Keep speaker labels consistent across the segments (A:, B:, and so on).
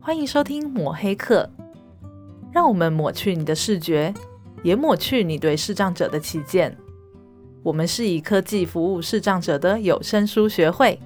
A: 欢迎收听抹黑课，让我们抹去你的视觉，也抹去你对视障者的偏见。我们是以科技服务视障者的有声书学会。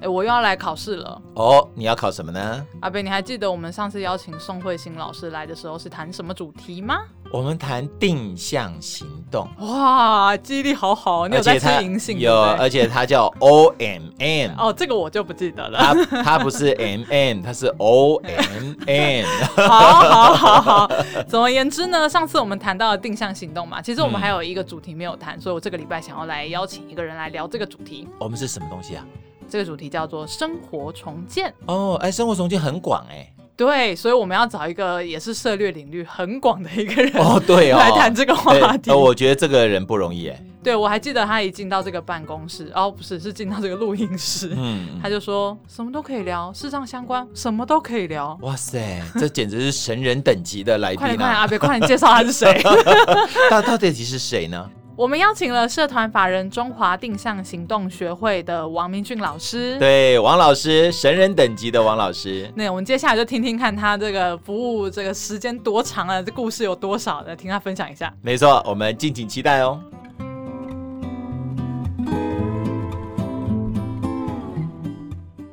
B: 哎、我又要来考试了。
C: 哦，你要考什么呢？
B: 阿贝，你还记得我们上次邀请宋慧欣老师来的时候是谈什么主题吗？
C: 我们谈定向行动，
B: 哇，记忆力好好，你有
C: 而
B: 在
C: 且
B: 吃
C: 它
B: 银杏？
C: 有，呃
B: 对不对
C: 而且它叫 O M M。
B: 哦，这个我就不记得 了。
C: 它它不是 M M，它是 O M M。
B: 好好好好，总而言之呢，上次我们谈到了定向行动嘛，其实我们
C: 嗯
B: 还有一个主题没有谈，所以我这个礼拜想要来邀请一个人来聊这个主题。
C: 我们是什么东西啊？
B: 这个主题叫做生活重建。
C: 哦，哎，生活重建很广 哎。
B: 对，所以我们要找一个也是涉猎领域很广的一个人、
C: 哦，对哦，
B: 来谈这个话
C: 哎
B: 题。
C: 呃我觉得这个人不容易哎。
B: 对，我还记得他一进到这个办公室，哦，不是，是进到这个录音室，
C: 嗯，
B: 他就说什么都可以聊，视障相关，什么都可以聊。
C: 哇塞，这简直是神人等级的来
B: 快点，
C: 宾
B: 快点，
C: 啊！
B: 阿北，快点介绍他是谁。
C: 到到底是谁呢？
B: 我们邀请了社团法人中华定向行动学会的王明俊老师。，
C: 对，王老师，神人等级的王老师。
B: 那我们接下来就听听看他这个服务这个时间多长啊，这故事有多少的，听他分享一下。
C: 没错，我们敬请期待哦。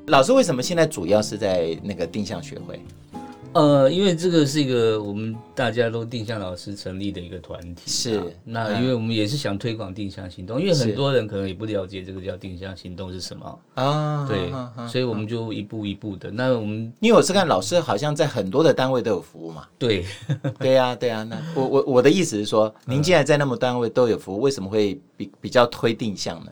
C: 老师，为什么现在主要是在那个定向学会？
D: 呃，因为这个是一个我们大家都定向老师成立的一个团体啊，
C: 是
D: 那
C: 嗯
D: 因为我们也是想推广定向行动，因为
C: 是
D: 很多人可能也不了解这个叫定向行动是什么，
C: 啊
D: 对，所
C: 以
D: 以我们就一步一步的。那我们
C: 因为我是看老师好像在很多的单位都有服务 嘛。
D: 对，
C: 对呀、对呀、那我我我的意思是说，您既然在那么多单位都有服务，为什么会比比较推定向呢？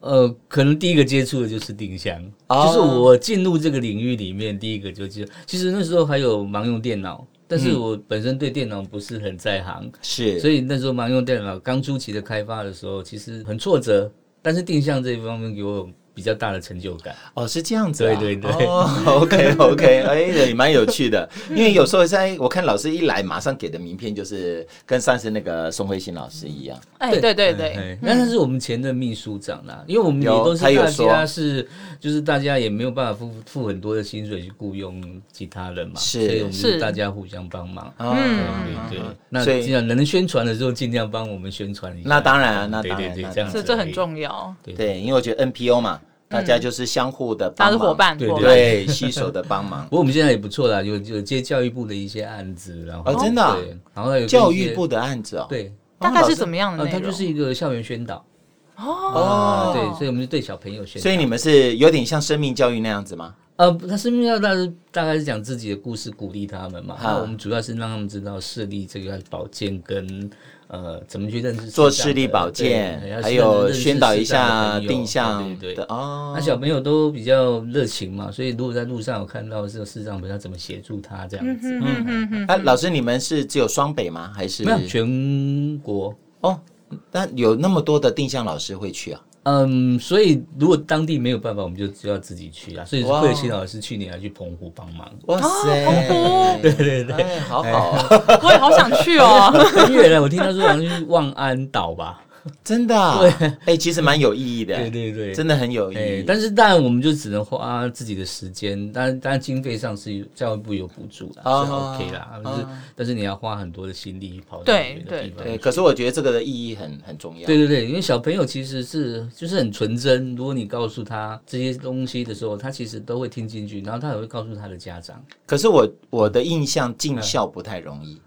D: 呃，可能第一个接触的就是定向，
C: 哦
D: 就是我进入这个领域里面第一个就接触。其实那时候还有盲用电脑，但
C: 嗯
D: 是我本身对电脑不是很在行，
C: 是，
D: 所以那时候盲用电脑刚初期的开发的时候，其实很挫折，但是定向这一方面给我比较大的成就感。
C: 哦，是这样子、啊，
D: 对对对
C: 哦，OK OK，哎，也蛮有趣的，因为有时候在我看老师一来，马上给的名片就是跟上次那个宋慧欣老师一样，
B: 哎，对对对，
D: 哎，那那是我们前任秘书长啦，因为我们也
C: 嗯有
D: 都是
C: 他有
D: 大
C: 说
D: 家是，就是大家也没有办法付付很多的薪水去雇佣其他人嘛，
C: 是
D: 所以我们
B: 是
D: 是大家互相帮忙。
B: 嗯
C: 啊
D: 对
C: 啊，
D: 那
C: 所
D: 既
C: 以
D: 然能宣传的时候，尽量帮我们宣传一下。
C: 那当然啊，那
D: 对
C: 当然，
D: 对
C: 那
D: 对，这样
C: 当
B: 这
D: 子
B: 这很重要，
D: 要。对，
C: 对，因为我觉得 NPO 嘛，大家就是相互的
B: 大家
C: 帮
B: 是
C: 忙，
B: 伙伴，
D: 对
B: 伙伴。
C: 对，携手的帮忙
D: 不。过我们现在也不错啦，有有接教育部的一些案子，然后
C: 哦真的啊
D: 对，然后还有跟
C: 教
D: 一
C: 育
D: 些
C: 部的案子哦，，
D: 对，
B: 大概是怎么样的
D: 呃，
B: 内
D: 它
B: 容？
D: 就是一个校园宣导
C: 哦
D: 啊，对，所以我们就对小朋友宣导。
C: 所以你们是有点像生命教育那样子吗？
D: 呃，他生命要大是大概是讲自己的故事，鼓励他们嘛。
C: 啊
D: 那我们主要是让他们知道视力这个保健跟呃怎么去认识
C: 做
D: 视障
C: 视力
D: 的
C: 保
D: 对还
C: 健，
D: 要
C: 还
D: 是让人
C: 有
D: 认识
C: 宣导一
D: 视障的
C: 下
D: 朋友啊
C: 定向
D: 对对
C: 的
D: 对。
C: 哦
D: 那小朋友都比较热情嘛，所以如果在路上有看到这个视障朋友，要怎么协助他这样子？
B: 嗯嗯嗯，
C: 啊，老师，你们是只有双北吗？还是
D: 没有全国，
C: 哦？但有那么多的定向老师会去啊？
D: 嗯，所以如果当地没有办法，我们就就要自己去啊。所以
C: 哇
D: 慧欣老师去年还去澎湖帮忙，
C: 哇塞，
B: 澎湖
C: 对对对，哎，好好啊，
B: 嗯我也好想去哦。
D: 很远了，我听他说好像去望安岛 吧？
C: 真的啊，哎，其实蛮有意义的，
D: 对对对，
C: 真的很有意
D: 哎、
C: 义。
D: 但是当然我们就只能花自己的时间，当然当然经费上是教育部有补助啦，
C: 啊
D: 是 OK 啦，但是、但是你要花很多的心力跑到
B: 对
D: 别的地方
C: 对，
D: 去。
C: 可是我觉得这个的意义很很重要。
D: 对对对，因为小朋友其实是就是很纯真，如果你告诉他这些东西的时候，他其实都会听进去，然后他也会告诉他的家长。
C: 可是我我的印象进校不太容易。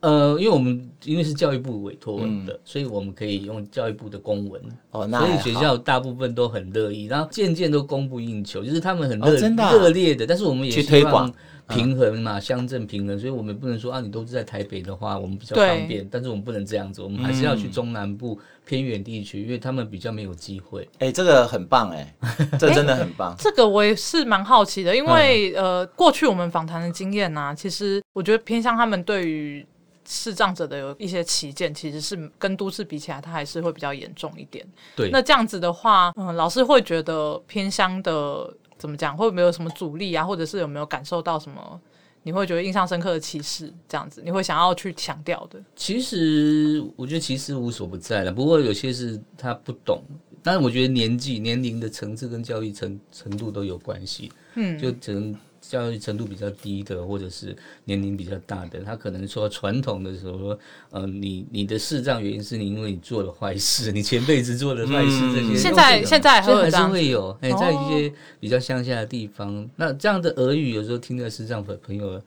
D: 呃，因为我们因为是教育部委托的，所以我们可以用教育部的公文，
C: 哦，嗯那
D: 所以
C: 还
D: 学
C: 好
D: 校大部分都很乐意，然后渐渐都供不应求，就是他们很热、
C: 哦真的啊
D: 热烈的，但是我们也
C: 去
D: 希
C: 推
D: 望
C: 广嗯
D: 平衡嘛，乡镇平衡，所以我们不能说啊，你都是在台北的话，我们比较
B: 对
D: 方便，但是我们不能这样子，我们还是要去中南部偏远地区，因为他们比较没有机会。
C: 哎，这个很棒哎，这真的很棒。
B: 这个我也是蛮好奇的，因为、
D: 嗯
B: 呃，过去我们访谈的经验呢、其实我觉得偏向他们对于视障者的有一些旗舰，其实是跟都市比起来，它还是会比较严重一点。
D: 对，
B: 那这样子的话，嗯、老师会觉得偏乡的怎么讲，会没有什么阻力啊，或者是有没有感受到什么？你会觉得印象深刻的歧视，这样子你会想要去强调的。
D: 其实我觉得其实无所不在了，不过有些是他不懂，但是我觉得年纪、年龄的层次跟教育程程度都有关系。嗯，就可能教育程度比较低的，或者是年龄比较大的，他可能说传统的时候说，呃，你你的视障原因是你因为你做了坏事， 你前辈子做了坏事这些都是有。
B: 嗯现在现在还
D: 所以
B: 会有
D: 还
B: 这样
D: 是
B: 子哦
D: 会有，哎、在一些比较乡下的地方，那这样的俄语有时候听在视障朋朋友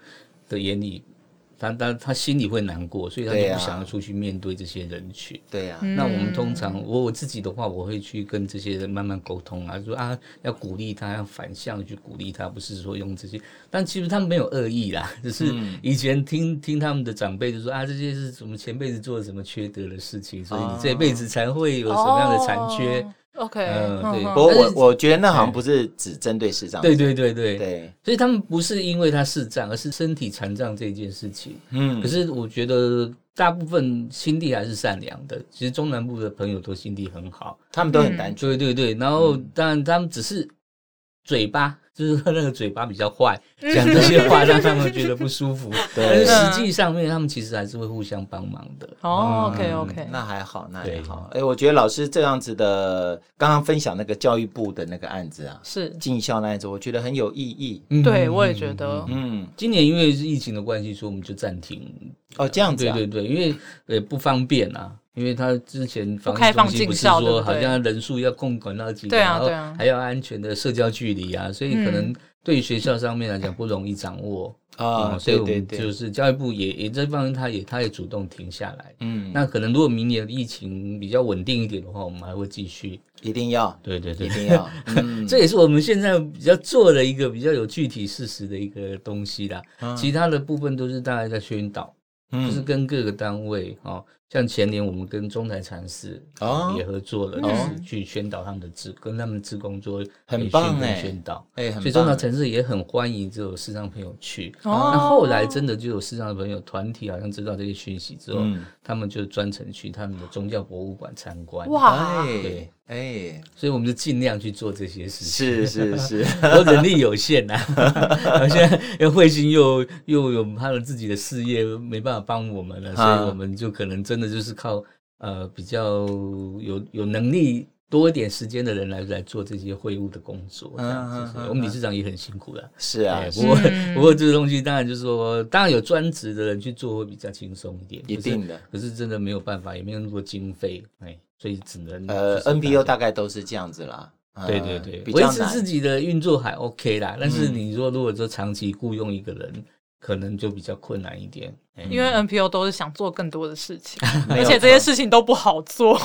D: 的眼里，他他他心里会难过，所以他就
C: 对啊嗯
D: 不想要出去面对这些人群。
C: 对啊呀、
D: 那我们通常我我自己的话，我会去跟这些人慢慢沟通啊，说啊要鼓励他，要反向去鼓励他，不是说用这些，但其实他们没有恶意啦， 只是
C: 嗯
D: 以前听听他们的长辈就说啊，这些是什么前辈子做了什么缺德的事情，所以
C: 啊
D: 你这辈子才会有什么样的残缺。
B: 哦？OK，
D: 嗯对
C: 不过
D: 但
C: 我
D: 是哎
C: 我觉得那好像不是只针对视障，
D: 对对对对
C: 对，
D: 所以他们不是因为他视障，而是身体残障这件事情。
C: 嗯
D: 可，是我觉得大部分心地还是善良的，其实中南部的朋友都心地很好。
C: 他们都很单纯，
D: 对对对，然后
B: 嗯
D: 当然他们只是嘴巴，就是他那个嘴巴比较坏，
B: 嗯
D: 讲这些话让他们觉得不 舒服。但
C: 对
D: 是实际上面，他们其实还是会互相帮忙的。嗯
B: 哦，OK OK，
C: 那还好，那还
D: 对
C: 好。哎，我觉得老师这样子的，刚刚分享那个教育部的那个案子啊，
B: 是
C: 进校那案子，我觉得很有意义。
D: 嗯
B: 对，我也觉。得
C: 嗯，
D: 今年因为是疫情的关系，所以我们就暂停。
C: 哦，这样子
D: 对
C: 啊，
D: 对对，因为呃不方便啊，因为他之前防
B: 不开
D: 疫
B: 放
D: 中心不
B: 进
D: 是
B: 校对
D: 说
B: 不对
D: 好像人数要控管到几个，
B: 对啊
D: 然后
B: 对啊嗯
D: 还要安全的社交距离啊，所以可能对于学校上面来讲不容易掌握。
C: 啊，
D: 嗯所以
C: 对
D: 我
C: 对
D: 们
C: 对
D: 就，是教育部也也这方面，他也他也主动停下来。
C: 嗯，
D: 那可能如果明年的疫情比较稳定一点的话，我们还会继续。
C: 一定要，
D: 对对
C: 一
D: 对，
C: 定要，嗯，
D: 这也是我们现在比较做的一个比较有具体事实的一个东西啦。
C: 啊
D: 其他的部分都是大家在宣导，就是
C: 嗯，
D: 跟各个单位哦，像前年我们跟中台禅寺
C: 哦嗯
D: 也合作了，就是去宣导他们的职，跟他们职工做
C: 很
D: 培训
C: 棒
D: 跟
C: 哎
D: 宣导。
C: 哎，
D: 所
C: 很
D: 以中
C: 棒
D: 岛，城市也很欢迎这种视障朋友去。
B: 哦
D: 那后来真的就有视障的朋友团体，好像知道这些讯息之后，
C: 嗯
D: 他们就专程去他们的宗教博物馆参观。
B: 哇，
C: 哎
D: 对
C: 哎，
D: 所以我们就尽量去做这些事情。
C: 是是是，
D: 我人力有限呐、啊，现在又慧心又又有他的自己的事业，没办法帮我们了，所
C: 啊
D: 以我们就可能真的就是靠呃比较有有能力多一点时间的人来来做这些会务的工作。这
C: 嗯
D: 样子
C: 嗯嗯
D: 是我们理事长也很辛苦了。
C: 是啊
D: 哎，
C: 是
D: 不过不过这个东西当然就是说，当然有专职的人去做会比较轻松一点，
C: 一定的。
D: 可是。可嗯是真的没有办法，也没有那么多经费，哎，所以只能
C: 呃
D: 就是
C: ，NPO 大概都是这样子啦。呃
D: 对对对，
C: 比
D: 维
C: 较
D: 持自
C: 难。嗯
D: 己的运作还 OK 啦，但是你说如果说长期雇佣一个人，可能就比较困难一 点。哎
B: 因为 NPO 都是想做更多的事 情，
C: 有
B: 而且这些事情都不好做。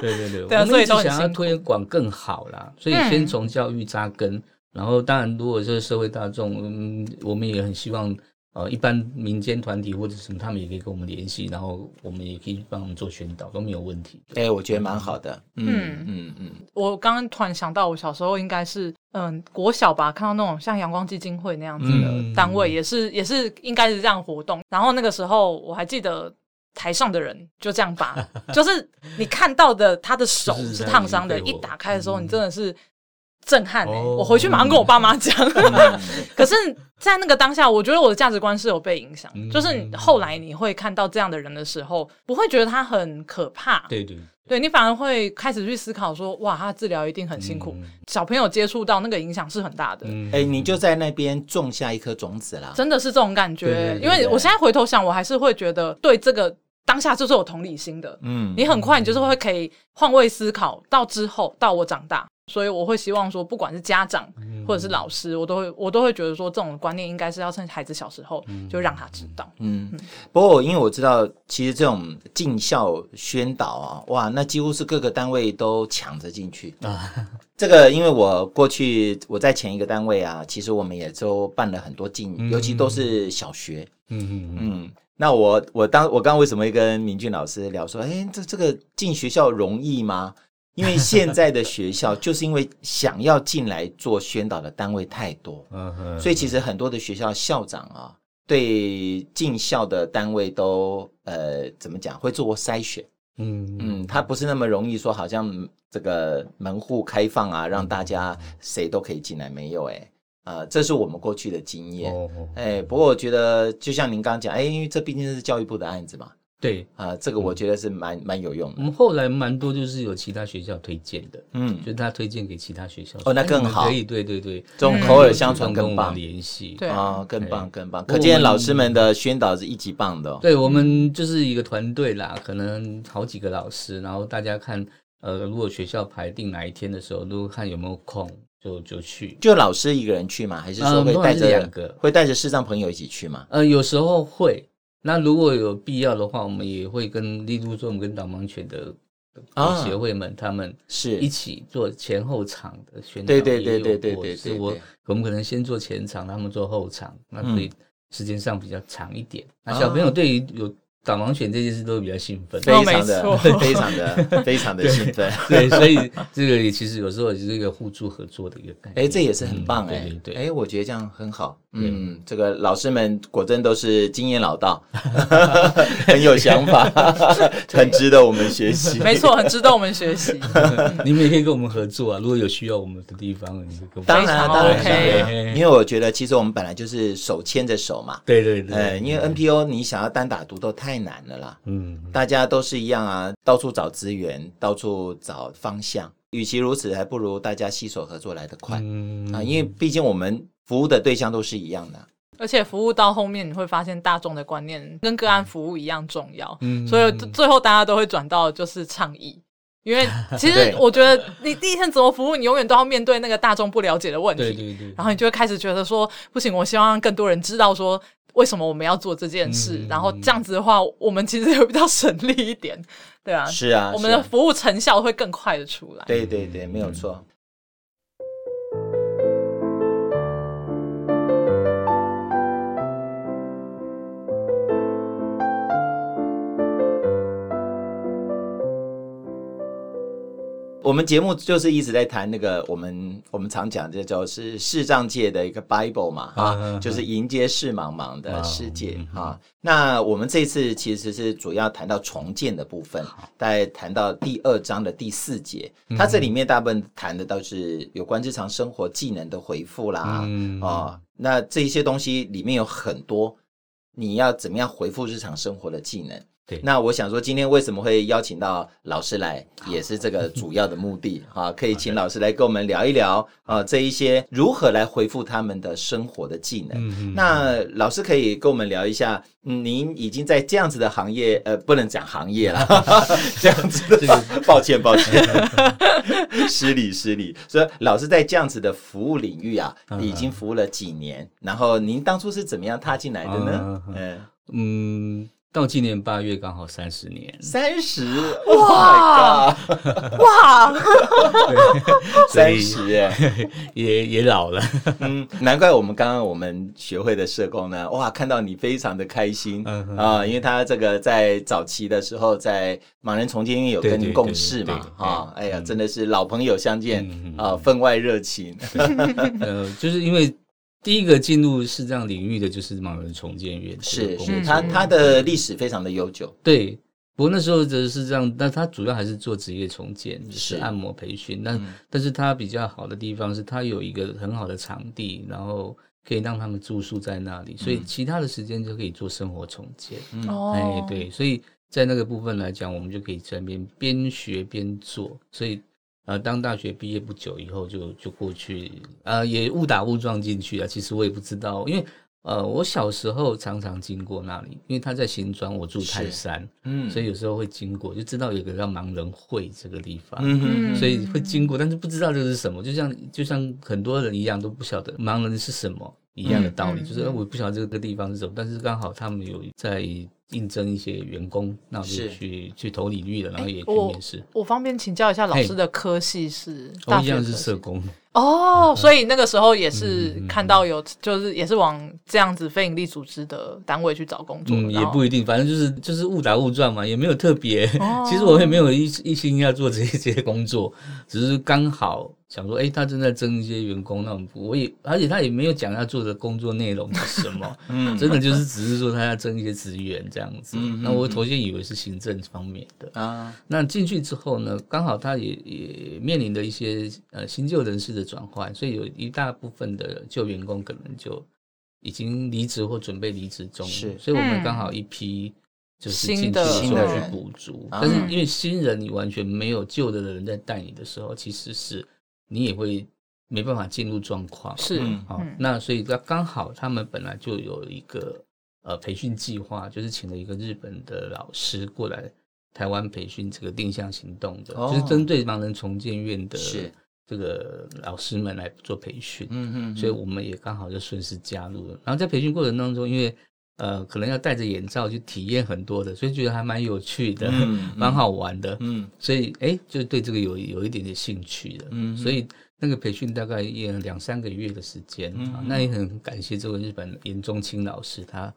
D: 对对对，
B: 对啊
D: 我
B: 所
D: 们
B: 以
D: 一直
B: 都很
D: 想要
B: 辛苦
D: 推广更好啦，
C: 嗯
D: 所以先从教育扎根，然后当然如果是社会大众，嗯，我们也很希望。呃，一般民间团体或者什么，他们也可以跟我们联系，然后我们也可以帮他们做宣导，都没有问题。
C: 哎、我觉得蛮好的。嗯嗯嗯，
B: 我刚刚突然想到，我小时候应该是嗯国小吧，看到那种像阳光基金会那样子
D: 嗯
B: 的单位，也是也是应该是这样活动。然后那个时候我还记得。台上的人就这样 把，就是你看到的他的手
D: 就是
B: 是
D: 在
B: 烫伤的，
D: 那边
B: 一
D: 被我嗯
B: 打开的时候，你真的是震撼哎、
D: 哦
B: 我回去马上跟我爸妈 讲，
C: 嗯
B: 可是，在那个当下，我觉得我的价值观是有被影响的。
D: 嗯
B: 就是后来你会看到这样的人的时候，不会觉得他很可怕，
D: 对对，
B: 对你反而会开始去思考说，哇，他治疗一定很辛苦。
D: 嗯
B: 小朋友接触到那个影响是很大的，
D: 嗯
C: 哎、你就在那边种下一颗种子啦。
B: 真的是这种感觉。
D: 对对对
B: 因为我现在回头想，我还是会觉得对这个当下就是有同理心的。
C: 嗯，
B: 你很快你就是会可以换位思考，到之后到我长大，所以我会希望说，不管是家长
D: 嗯
B: 或者是老师，我都会我都会觉得说，这种观念应该是要趁孩子小时候就让他知道。
C: 嗯，不过因为我知道，其实这种进校宣导啊，哇，那几乎是各个单位都抢着进去啊。这个因为我过去我在前一个单位啊，其实我们也都办了很多进，
D: 嗯
C: 尤其都是小学。
D: 嗯嗯
C: 嗯，那我我当我刚刚为什么会跟明俊老师聊说，哎、这这个进学校容易吗？因为现在的学校就是因为想要进来做宣导的单位太多，
D: 嗯嗯，
C: 所以其实很多的学校校长啊，对进校的单位都呃怎么讲会做过筛选，
D: 嗯
C: 嗯，他不是那么容易说好像这个门户开放啊，让大家谁都可以进来，没有哎、呃，这是我们过去的经验。
D: 哦，哦
C: 哎，不过我觉得就像您刚刚讲，哎，因为这毕竟是教育部的案子嘛，
D: 对
C: 啊、这个我觉得是蛮蛮有用
D: 我
C: 的。
D: 们后来蛮多就是有其他学校推荐的，
C: 嗯
D: 就，是他推荐给其他学校。
C: 哦那更
D: 哎你们
C: 好
D: 可以，对对对，
C: 这种
B: 嗯
C: 口耳相传
D: 主动
C: 更
D: 跟我
C: 棒
D: 们。联系。
B: 对
C: 啊，
B: 啊，
C: 更棒
D: 对
C: 更棒！
D: 我
C: 可见
D: 们
C: 老师们的宣导是一级棒的、哦。
D: 对我们就是一个团队啦，可能好几个老师，然后大家看，呃，如果学校排定哪一天的时候，如果看有没有空，就就去。
C: 就老师一个人去吗？还是说
D: 嗯
C: 会
D: 通常
C: 带
D: 是
C: 着、
D: 两个
C: 会带着视障朋友一起去吗？
D: 呃，有时候会。那如果有必要的话，我们也会跟，例如说我们跟导盲犬的
C: 啊
D: 协会们，他们
C: 是
D: 一起做前后场的宣导。
C: 对对对
D: 也有
C: 对对
D: 过
C: 对
D: 就是
C: 对
D: 我
C: 对
D: 我们可能先做前场，他们做后场，那所
C: 嗯
D: 以时间上比较长一点。那
C: 啊
D: 小朋友对于有导盲犬这件事都会比较兴奋。
C: 非
B: 哦
C: 常
B: 没
C: 的、
B: 错
C: 非常的、非常的兴奋。
D: 对，所以这个也其实有时候也是一个互助合作的一个概念。
C: 哎，这也是很棒
D: 嗯
C: 哎、
D: 对对
C: 哎
D: 对，，
C: 我觉得这样很好。
D: 对
C: 嗯，这个老师们果真都是经验老道， 很有想 法，很值得我们学习。
B: 没错，很值得我们学习。
D: 你们也可以跟我们合作啊，如果有需要我们的地方，你就跟我们。
C: 当然啊，当然，
B: 非常
C: 当
B: OK
C: 然，因为我觉得其实我们本来就是手牵着手嘛。
D: 对对
C: 呃，
D: 对，
C: 因为 NPO 你想要单打独斗太难了啦，
D: 嗯，
C: 大家都是一样啊，到处找资源，到处找方向。与其如此，还不如大家携手合作来得快、
D: 嗯
C: 啊，因为毕竟我们服务的对象都是一样的。
B: 而且服务到后面，你会发现大众的观念跟个案服务一样重要，
D: 嗯
B: 所以最后大家都会转到就是倡议。因为 其实
C: 对
B: 我觉得你第一天怎么服务，你永远都要面对那个大众不了解的问题，
D: 对对对，
B: 然后你就会开始觉得说，不行，我希望让更多人知道说为什么我们要做这件事，
D: 嗯
B: 然后这样子的话，我们其实会比较省力一点，对啊，
C: 是啊，
B: 我
C: 是
B: 们的
C: 啊
B: 服务成效会更快的出来。
C: 对对对，没
D: 嗯
C: 有错。我们节目就是一直在谈那个我们我们常讲这叫是视障界的一个 Bible 嘛，哈、
D: 嗯嗯嗯
C: 就是迎接视茫茫的世界
D: 嗯嗯
C: 哈、那我们这次其实是主要谈到重建的部分，大概谈到第二章的第四节，
D: 嗯
C: 它这里面大部分谈的都是有关日常生活技能的回复啦，啊、
D: 嗯
C: 那这一些东西里面有很多。你要怎么样回复日常生活的技能？
D: 对
C: 那我想说，今天为什么会邀请到老师来，也是这个主要的目 的啊，可以请老师来跟我们聊一聊啊，这一些如何来回复他们的生活的技能。
D: 嗯
C: 那老师可以跟我们聊一下，嗯您已经在这样子的行业，呃，不能讲行业 了，这样子的，抱歉抱歉， 失礼失礼。所以老师在这样子的服务领域啊，
D: 嗯
C: 已经服务了几年，然后您当初是怎么样踏进来的呢？
D: 嗯嗯
C: 嗯，
D: 嗯，到今年八月刚好三十年，
C: 三十，Oh 哇，
B: 哇，
D: 所
C: 三
D: 以
C: 十哎。
D: 也也老了，
C: 嗯，难怪我们刚刚我们学会的社工呢，哇，看到你非常的开心啊、
D: 嗯哼
C: 因为他这个在早期的时候，在盲人重建院有
D: 对
C: 跟
D: 对
C: 您
D: 对
C: 共
D: 对
C: 事
D: 对
C: 嘛，
D: 对
C: 哈、哎呀，
D: 嗯
C: 真的是老朋友相见
D: 嗯嗯
C: 啊、分外热 情，
D: 呃，就是因为第一个进入视障领域的就是盲人重建院这个
C: 是
D: 工
C: 是，
D: 作，
C: 他他的历史非常的悠久，
D: 对，不过那时候则是这样，但他主要还是做职业重建，就是
C: 是嗯
D: 按摩培训。那、但是他比较好的地方是，他有一个很好的场地，然后可以让他们住宿在那里，
C: 嗯
D: 所以其他的时间就可以做生活重建。
B: 哦
D: 哎，，对，所以在那个部分来讲，我们就可以在那边边学边做。所以，呃，当大学毕业不久以后就，就过去，呃，也误打误撞进去啊。其实我也不知道，因为呃，我小时候常常经过那里，因为他在新庄，我住泰
C: 是
D: 山，
C: 嗯
D: 所以有时候会经过，就知道有个叫盲人会这个地方。
C: 嗯哼
B: 嗯
D: 所以会经过，但是不知道这是什么，就像就像很多人一样都不晓得盲人是什么一样的道理，
B: 嗯嗯
D: 就是、呃我不晓得这个地方是什么，但是刚好他们有在应征一些员工，那我就是去去投领域了，然后也去
B: 我
D: 面试，
B: 我方便请教一下老师的科系是
D: 我
B: 大
D: 一
B: 学
D: 样
B: 科
D: 是
B: 系
D: 社工，嗯
B: 哦，所以那个时候也是
D: 嗯嗯嗯
B: 看到有就是也是往这样子非营利组织的单位去找工作，
D: 嗯，
B: 然
D: 也
B: 后
D: 不一定，反正就是就是误打误撞嘛，也没有特别。
B: 哦
D: 其实我也没有一一心要做这些工作， 只是刚好想说，哎、他正在征一些员工，那我们我也，而且他也没有讲要做的工作内容是什么，
C: 嗯
D: 真的就是只是说他要征一些职员这样子。
C: 嗯嗯
D: 那我头先以为是行政方面的，
C: 啊，
D: 那进去之后呢，刚好他也也面临的一些呃新旧人士的的转换，所以有一大部分的旧员工可能就已经离职或准备离职中，
C: 是嗯
D: 所以我们
B: 嗯
D: 刚好一批就是
B: 新
D: 进去
B: 的
D: 之
C: 新的
D: 后去
C: 人
D: 补足，
C: 啊
D: 但是因为新人你完全没有旧的人在带你的时候，其实是你也会没办法进入状况，
B: 是
C: 嗯
D: 好、
B: 嗯
D: 那所以刚刚好他们本来就有一个呃培训计划，就是请了一个日本的老师过来台湾培训这个定向行动的，
C: 哦
D: 就是针对盲人重建院的
C: 是
D: 这个老师们来做培训。
C: 嗯嗯，
D: 所以我们也刚好就顺势加入了。然后在培训过程当中，因为呃可能要戴着眼罩去体验很多的，所以觉得还蛮有趣的，
C: 嗯
D: 蛮好玩的。
C: 嗯
D: 所以哎、就对这个有有一点点兴趣的。
C: 嗯
D: 所以那个培训大概也两三个月的时间、
C: 嗯
D: 啊。那也很感谢这位日本严中清老师，他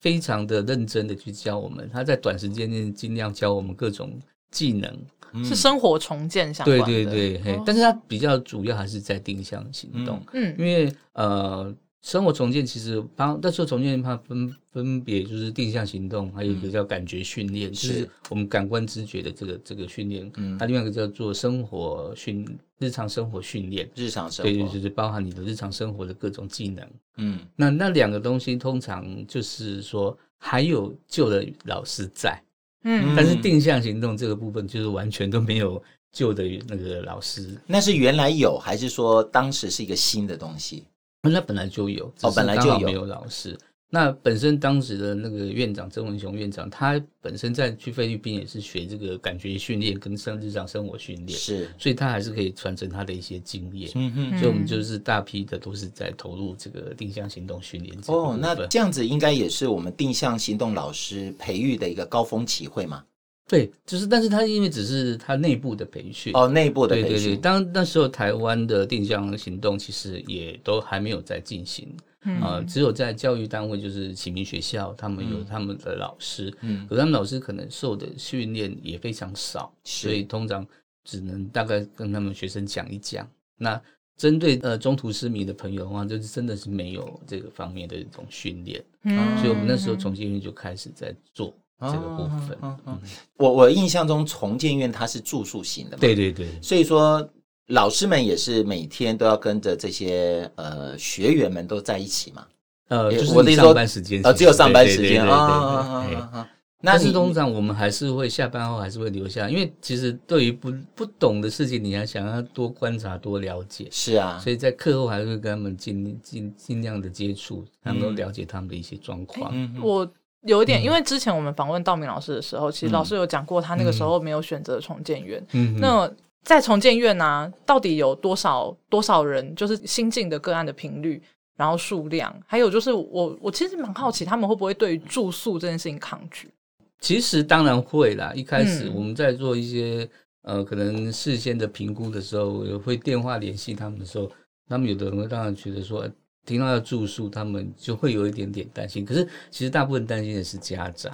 D: 非常的认真的去教我们，他在短时间内尽量教我们各种技能。
C: 嗯
B: 是生活重建相关
D: 对
B: 的，
D: 对对，嘿，
B: 哦
D: 但是他比较主要还是在定向行动。
B: 嗯
D: 因为呃，生活重建其实它那时候重建它分分别就是定向行动，还有一个叫感觉训练，就是是我们感官知觉的这个这个训练，
C: 嗯
D: 它另外一个叫做生活训日常生活训练，
C: 日常生活，
D: 对，就是包含你的日常生活的各种技能。
C: 嗯
D: 那那两个东西通常就是说还有旧的老师在，
B: 嗯
D: 但是定向行动这个部分就是完全都没有旧的那个老师，
C: 那是原来有，还是说当时是一个新的东西？
D: 那本来就有，只是
C: 哦本来就
D: 刚好
C: 有
D: 没有老师。那本身当时的那个院长曾文雄院长，他本身在去菲律宾也是学这个感觉训练跟生日常生活训练，
C: 是，
D: 所以他还是可以传承他的一些经验。
C: 嗯哼。
D: 所以我们就是大批的都是在投入这个定向行动训练这个
C: 哦，那
D: 部分
C: 这样子应该也是我们定向行动老师培育的一个高峰期会嘛？
D: 对，就是但是他因为只是他内部的培训，
C: 哦，内部的
D: 对
C: 培
D: 对对，
C: 训，
D: 当那时候台湾的定向行动其实也都还没有在进行，
B: 嗯
D: 呃，只有在教育单位，就是启明学校，他们有
C: 嗯
D: 他们的老师，
C: 嗯
D: 可是他们老师可能受的训练也非常少，
C: 是
D: 所以通常只能大概跟他们学生讲一讲。那针对呃中途失明的朋友的话，就是真的是没有这个方面的一种训练，
B: 嗯
D: 所以我们那时候重新就开始在做这个部分。
C: 哦哦哦我我印象中重建院它是住宿型的嘛，
D: 对，对对，
C: 所以说老师们也是每天都要跟着这些呃学员们都在一起嘛，
D: 呃，
C: 诶
D: 就是
C: 我的
D: 你
C: 意思
D: 上
C: 说
D: 班时间
C: 呃，只有上班
D: 对
C: 时
D: 对
C: 间
D: 对
C: 啊
D: 对
C: 啊
D: 对
C: 啊啊
D: 对对
C: 啊啊！那
D: 但是
C: 你
D: 通常我们还是会下班后还是会留下，因为其实对于不不懂的事情，你还想要多观察、多了解，
C: 是啊
D: 所，以在课后还是会跟他们尽尽尽量的接触，能够
C: 嗯
D: 了解他们的一些状况。
C: 嗯嗯
B: 我有一点，因为之前我们访问道明老师的时候，其实老师有讲过，他那个时候没有选择重建院。
D: 嗯，
B: 那在重建院呢、啊到底有多少多少人，就是新进的个案的频率，然后数量，还有就是我我其实蛮好奇，他们会不会对于住宿这件事情抗拒？
D: 其实当然会啦，一开始
B: 嗯
D: 我们在做一些、呃可能事先的评估的时候，也会电话联系他们的时候，他们有的人会当然觉得说。呃听到要住宿，他们就会有一点点担心。可是其实大部分担心的是家长，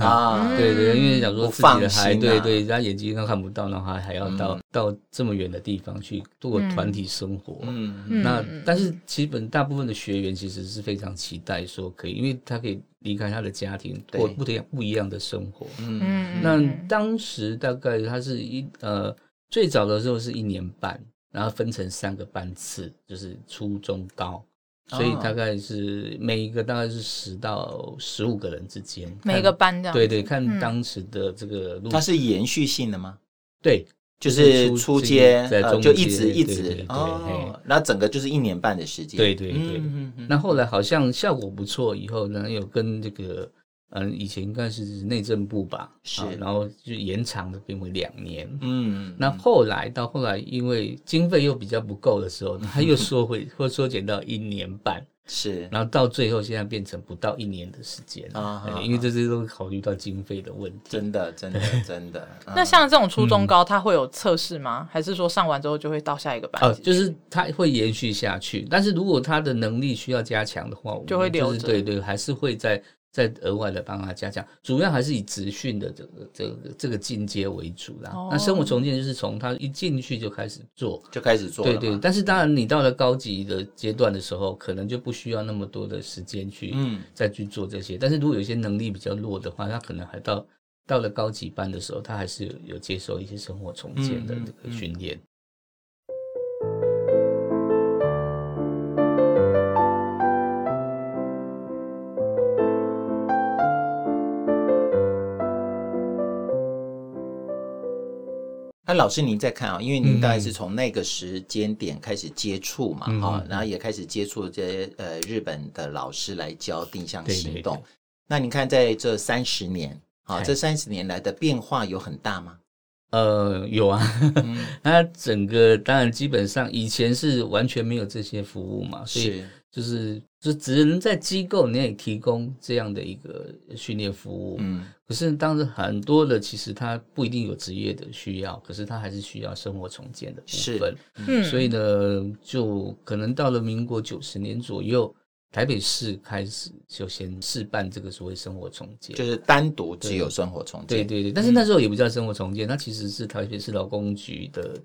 C: 啊，
B: 嗯
D: 对对，因为想说
C: 不
D: 自己的
C: 放
D: 孩，
C: 心
D: 对
C: 啊
D: 对，人家眼睛都看不到，然后还还要到、到这么远的地方去过
B: 嗯
D: 团体生活。
C: 嗯
B: 嗯
C: 嗯
D: 那
B: 嗯
D: 但是基本大部分的学员其实是非常期待说可以，因为他可以离开他的家庭，
C: 对
D: 过不一样不一样的生活。
C: 嗯
B: 嗯，
D: 那
B: 嗯
D: 当时大概他是一呃最早的时候是一年半，然后分成三个班次，就是初中高，所以
C: 哦
D: 大概是每一个大概是十到十五个人之间，
B: 每
D: 看
B: 个班这样，
D: 对啊对，看
B: 嗯
D: 当时的这个路，
C: 哦它是延续性的吗？
D: 对
C: 就是出街，
D: 在
C: 呃，
D: 中
C: 就一直
D: 街
C: 一
D: 对对
C: 直
D: 对
C: 哦
D: 嘿，
C: 那整个就是一年半的时间。
D: 对对对
C: 嗯嗯嗯
D: 那后来好像效果不错，以后呢有跟这个嗯、以前应该是内政部吧，
C: 是
D: 啊然后就延长了变为两年。
C: 嗯，
D: 那后来到后来，因为经费又比较不够的时候，他又缩回 或缩减到一年半，
C: 是
D: 然后到最后现在变成不到一年的时间
C: 啊
D: 哎
C: 啊
D: 因为这些都考虑到经费的问题。
C: 真的真的真的。
B: 那
C: 嗯
B: 像这种初中高，它会有测试吗？还是说上完之后就会到下一个班
D: 哦，
B: 级？
D: 就是它会延续下去，但是如果他的能力需要加强的话，我们
B: 就会留
D: 是
B: 着
D: 对对，还是会再再额外的帮他加强，主要还是以职训的这个这个这个进阶为主啦。
B: 哦
D: 那生活重建就是从他一进去就开始做，
C: 就开始做了
D: 对
C: 嘛
D: 对。但是当然，你到了高级的阶段的时候，可能就不需要那么多的时间去
C: 嗯
D: 再去做这些。但是如果有些能力比较弱的话，他可能还到到了高级班的时候，他
C: 嗯
D: 还是有有接受一些生活重建的
C: 嗯嗯
D: 这个训练。
C: 那老师您在看啊，因为您大概是从那个时间点开始接触嘛，
D: 嗯
C: 哈、然后也开始接触这些呃日本的老师来教定向
D: 对对
C: 行
D: 对
C: 动。那你看在这三十年啊，
D: 嗨
C: 这三十年来的变化有很大吗？
D: 呃，有啊，
C: 嗯，
D: 它整个当然基本上以前是完全没有这些服务嘛，哦所以
C: 是
D: 就是就只能在机构内提供这样的一个训练服务。
C: 嗯
D: 可是当时很多的其实他不一定有职业的需要，可是他还是需要生活重建的
C: 是
D: 部分。
B: 嗯，
D: 所以呢，就可能到了民国九十年左右，台北市开始就先试办这个所谓生活重建。
C: 就是单独只有生活重
D: 对
C: 建，
D: 对对，但是那时候也不叫生活重建，它其实是台北市劳工局的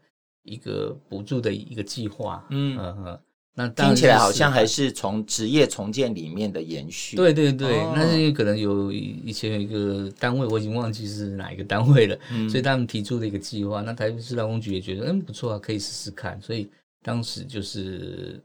D: 一个补助的一个计划。
C: 嗯
D: 嗯哼，那
C: 听
D: 当然
C: 起来
D: 是
C: 好像
D: 试
C: 还
D: 办
C: 是从职业重建里面的延续。
D: 对对对，
C: 哦
D: 那是因为可能有以以前有一个单位，我已经忘记是哪一个单位了，
C: 嗯
D: 所以他们提出了一个计划。那台北市劳工局也觉得，嗯，不错啊，可以试试看。所以当时就是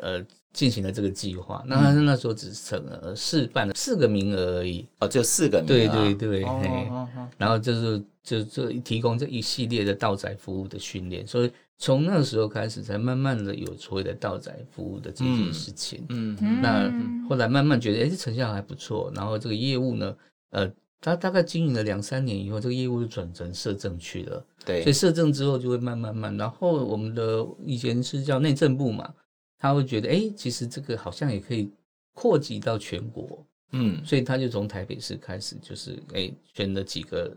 D: 呃进行了这个计划。那他那时候只成呃试办了四个名额而已。
C: 哦，只有四个名
D: 对
C: 额啊
D: 对对，
C: 哦
D: 嘿
C: 哦哦
D: 然后就是就就提供这一系列的道宅服务的训练，所以从那时候开始，才慢慢的有所谓的道宅服务的这件事情。
C: 嗯
D: 那后来慢慢觉得，哎，这成效还不错。然后这个业务呢，呃，他大概经营了两三年以后，这个业务就转成社政去了。所以
C: 对，
D: 社政之后就会慢慢慢，然后我们的以前是叫内政部嘛，他会觉得，哎，其实这个好像也可以扩及到全国，
C: 嗯
D: 所以他就从台北市开始，就是哎选了几个，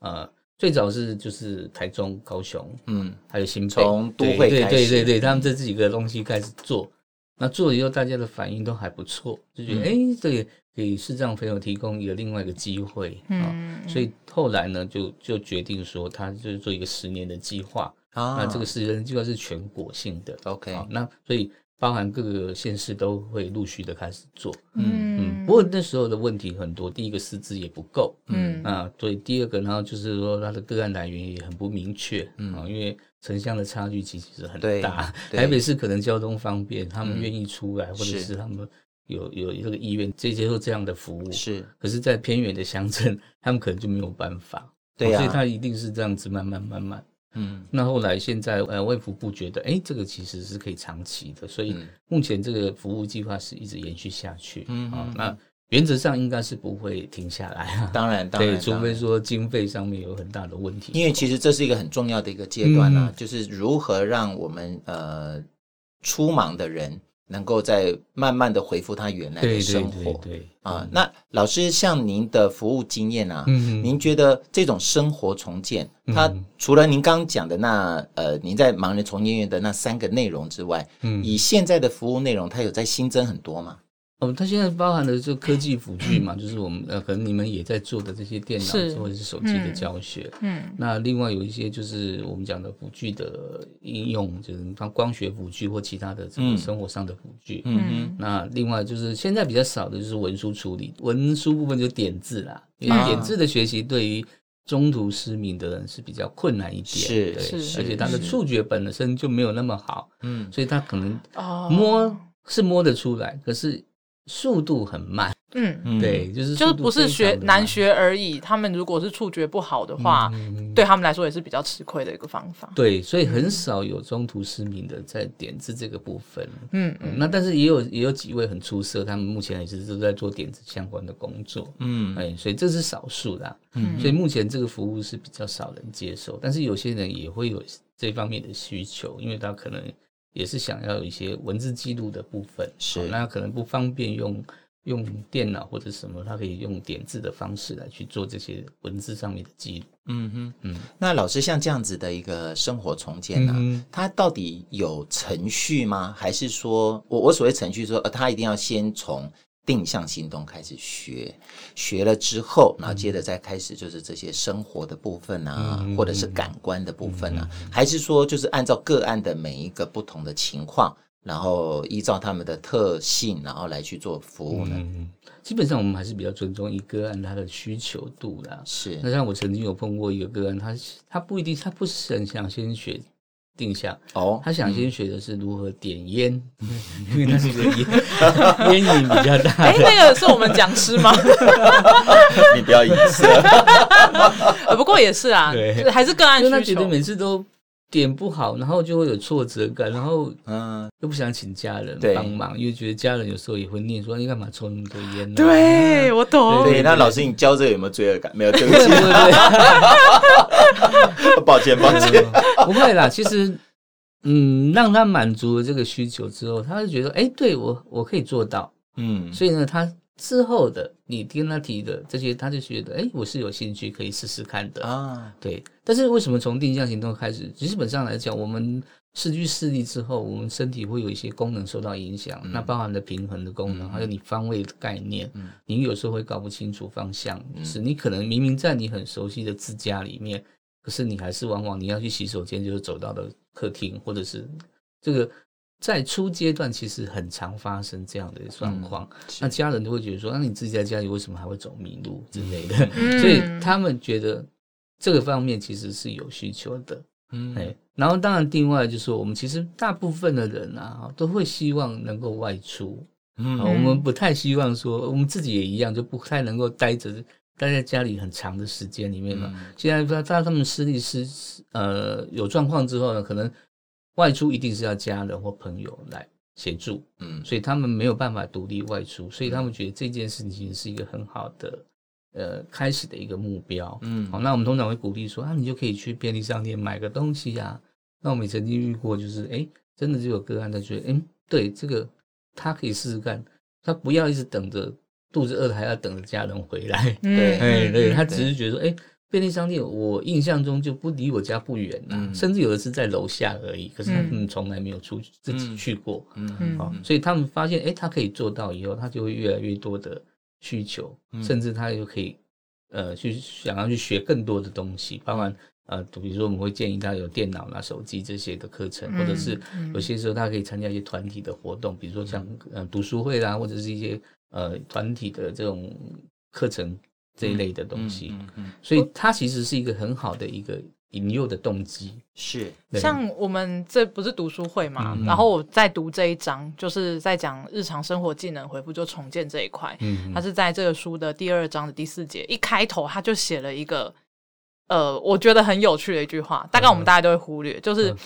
D: 呃，最早是就是台中、高雄，
C: 嗯，
D: 还有新北
C: 从都会
D: 对
C: 开
D: 对
C: 始
D: 对对，他们这几个东西开始做，那做了以后大家的反应都还不错，就
C: 嗯
D: 觉得哎、诶这个给视障朋友提供一个另外一个机会啊、
B: 嗯，
D: 所以后来呢就就决定说，他就是做一个十年的计划，
C: 啊，
D: 那这个十年计划是全国性的
C: OK
D: 啊那所以包含各个县市都会陆续的开始做，
B: 嗯
D: 嗯，不过那时候的问题很多，第一个师资也不够，
B: 嗯
D: 啊，对，第二个，然后就是说它的个案来源也很不明确，
C: 嗯
D: 啊，因为城乡的差距其实很
C: 对
D: 大，
C: 对
D: 台北市可能交通方便，他们
C: 嗯
D: 愿意出来，或者
C: 是
D: 是他们有有这个意愿接接受这样的服务，
C: 是
D: 可是，在偏远的乡镇，他们可能就没有办法，哦
C: 对啊
D: 所以
C: 呀，
D: 它一定是这样子慢慢慢慢。
C: 嗯
D: 那后来现在呃，卫福部觉得，哎，这个其实是可以长期的， 所以
C: 嗯
D: 目前这个服务计划是一直延续下去，
C: 嗯
D: 啊
C: 嗯，
D: 那原则上应该是不会停下来啊。
C: 当然当
D: 对，
C: 然，
D: 除
C: 当
D: 非
C: 然
D: 说经费上面有很大的问题。
C: 因为其实这是一个很重要的一个阶段呢、
D: 嗯
C: 就是如何让我们呃出盲的人能够在慢慢的恢复他原来
D: 对
C: 的
D: 对
C: 生
D: 对
C: 活
D: 对，
C: 啊。那老师，像您的服务经验啊，
D: 嗯
C: 您觉得这种生活重建，它除了您刚刚讲的那呃您在盲人重建院的那三个内容之外，
D: 嗯
C: 以现在的服务内容，它有在新增很多吗？
D: 哦，它现在包含的就科技辅具嘛，就是我们呃，可能你们也在做的这些电脑
B: 是
D: 或者是手机的
B: 嗯
D: 教学。
B: 嗯
D: 那另外有一些就是我们讲的辅具的应用，就是像光学辅具或其他的这
C: 嗯
D: 个生活上的辅具。
B: 嗯
D: 那另外就是现在比较少的就是文书处理，文书部分就点字啦，因为
C: 啊
D: 点字的学习对于中途失明的人是比较困难一点，
C: 是
D: 对
B: 是
D: 而且他的
C: 是
D: 触觉本身就没有那么好，
C: 嗯，
D: 所以他可能
B: 哦
D: 摸是摸得出来，可是速度很慢，
B: 嗯。
C: 嗯
D: 对，就是
B: 就是
D: 速度
B: 不是
D: 非常
B: 学
D: 地
B: 难
D: 慢，
B: 学而已，他们如果是触觉不好的话，
D: 嗯
B: 对他们来说也是比较吃亏的一个方法。
D: 对，所以很少有中途失明的在点字这个部分。
B: 嗯
D: 嗯那但是也有也有几位很出色，他们目前也是都在做点子相关的工作，
C: 嗯
D: 哎，所以这是少数啦。
C: 嗯
D: 所以目前这个服务是比较少人接受，但是有些人也会有这方面的需求，因为他可能也是想要有一些文字记录的部分，
C: 是
D: 哦那他可能不方便用用电脑或者什么，他可以用点字的方式来去做这些文字上面的记录。
C: 嗯哼
D: 嗯
C: 那老师像这样子的一个生活重建呢、
D: 嗯哼
C: 它到底有程序吗？还是说我我所谓程序说，呃，他一定要先从定向行动开始学，学了之后，然后接着再开始就是这些生活的部分啊，
D: 嗯
C: 或者是感官的部分啊，还是说就是按照个案的每一个不同的情况，然后依照他们的特性，然后来去做服务呢？
D: 嗯，基本上我们还是比较尊重一个案他的需求度啦。
C: 是
D: 那像我曾经有碰过一个个案，他他不一定，他不是很想先学定下。
C: 哦，
D: 他想先学的是如何点烟，因为那是个烟烟瘾比较大
B: 哎、
D: 的。
B: 那个是我们讲师吗？
C: 你不要隐私。
B: 呃不过也是啊，
D: 对
B: 就是还是个案
D: 因为他
B: 需
D: 觉得
B: 求。
D: 每次都点不好，然后就会有挫折感，然后
C: 嗯，
D: 又不想请家人
C: 对
D: 帮忙，因为觉得家人有时候也会念说哎你干嘛抽那么多烟呢、啊
B: 对，我懂。
C: 嗯对，那老师你教这个有没有罪恶感？没有，对不
D: 对对对，
C: 起，抱歉，抱歉。
D: 不会啦，其实。嗯，让他满足了这个需求之后，他就觉得，哎、对我我可以做到，
C: 嗯，
D: 所以呢，他之后的你跟他提的这些，他就觉得，哎、我是有兴趣可以试试看的。
C: 啊，
D: 对，但是为什么从定向行动开始？基本上来讲，我们失去视力之后，我们身体会有一些功能受到影响，那包含了平衡的功能，还有你方位的概念，你有时候会搞不清楚方向，就是你可能明明在你很熟悉的自家里面，可是你还是往往你要去洗手间，就是走到了客厅，或者是这个在初阶段其实很常发生这样的状况。那家人都会觉得说，那、你自己在家里为什么还会走迷路之类的？
B: 嗯
D: 所以他们觉得这个方面其实是有需求的。哎、
C: 嗯，
D: 然后当然，另外就是我们其实大部分的人啊，都会希望能够外出，啊
C: 嗯
D: 我们不太希望说我们自己也一样，就不太能够待着待在家里很长的时间里
C: 嗯
D: 面嘛。现在他他他们视力失呃有状况之后呢，可能外出一定是要家人或朋友来协助，
C: 嗯，
D: 所以他们没有办法独立外出，所以他们觉得这件事情是一个很好的呃开始的一个目标。
C: 嗯
D: 好，那我们通常会鼓励说啊，你就可以去便利商店买个东西呀、那我们也曾经遇过，就是哎，诶真的就有个案他觉得，嗯，对这个他可以试试看，他不要一直等着肚子饿了还要等着家人回来。
B: 嗯
C: 对
D: 哎，对
B: 嗯
D: 他只是觉得说，哎，便利商店我印象中就不离我家不远啊，
C: 嗯
D: 甚至有的是在楼下而已，可是他们从来没有出去自己
C: 嗯
D: 去过。
C: 嗯
B: 嗯
D: 啊，所以他们发现，哎，他可以做到以后，他就会越来越多的需求，
C: 嗯
D: 甚至他就可以，呃，去想要去学更多的东西，包含呃，比如说我们会建议他有电脑啦、手机这些的课程，或者是
B: 嗯
D: 有些时候他可以参加一些团体的活动，比如说像呃读书会啦，或者是一些呃团体的这种课程这一类的东西，
C: 嗯嗯，
D: 所以它其实是一个很好的一个引诱的动机。
C: 是，
D: 对
B: 像我们这不是读书会嘛，
D: 嗯
B: 然后我在读这一章，就是在讲日常生活技能回复就重建这一块。
D: 嗯
B: 它是在这个书的第二章的第四节一开头，他就写了一个呃，我觉得很有趣的一句话，大概我们大家都会忽略，就是
D: 嗯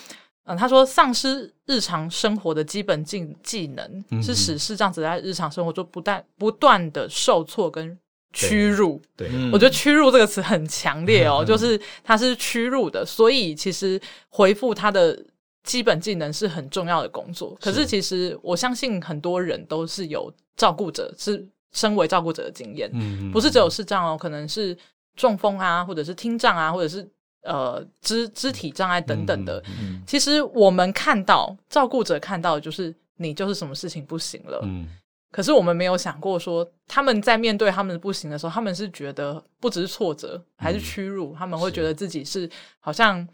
B: 嗯，他说丧失日常生活的基本技技能，
D: 嗯
B: 是使视障者在日常生活中不断不断的受挫跟屈辱。
D: 对，
B: 我觉得
C: 得
B: “屈辱”这个词很强烈哦，就是它是屈辱的，所以其实回复他的基本技能是很重要的工作。可是其实我相信很多人都是有照顾者，是身为照顾者的经验，
D: 嗯
B: 不是只有视障哦，可能是中风啊，或者是听障啊，或者是呃肢肢体障碍等等的。
C: 嗯
B: 其实我们看到照顾者看到的就是你就是什么事情不行了，
D: 嗯
B: 可是我们没有想过说，他们在面对他们的不行的时候，他们是觉得不只是挫折，还是屈辱，他们会觉得自己是好像